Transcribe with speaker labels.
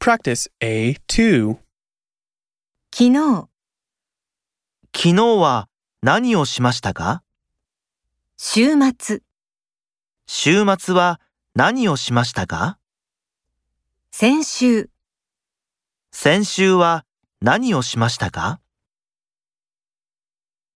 Speaker 1: Practice A2.
Speaker 2: 昨日、
Speaker 3: 昨日は何をしましたか
Speaker 2: 週末、
Speaker 3: 週末は何をしましたか
Speaker 2: 先週。
Speaker 3: 先週は何をしましたか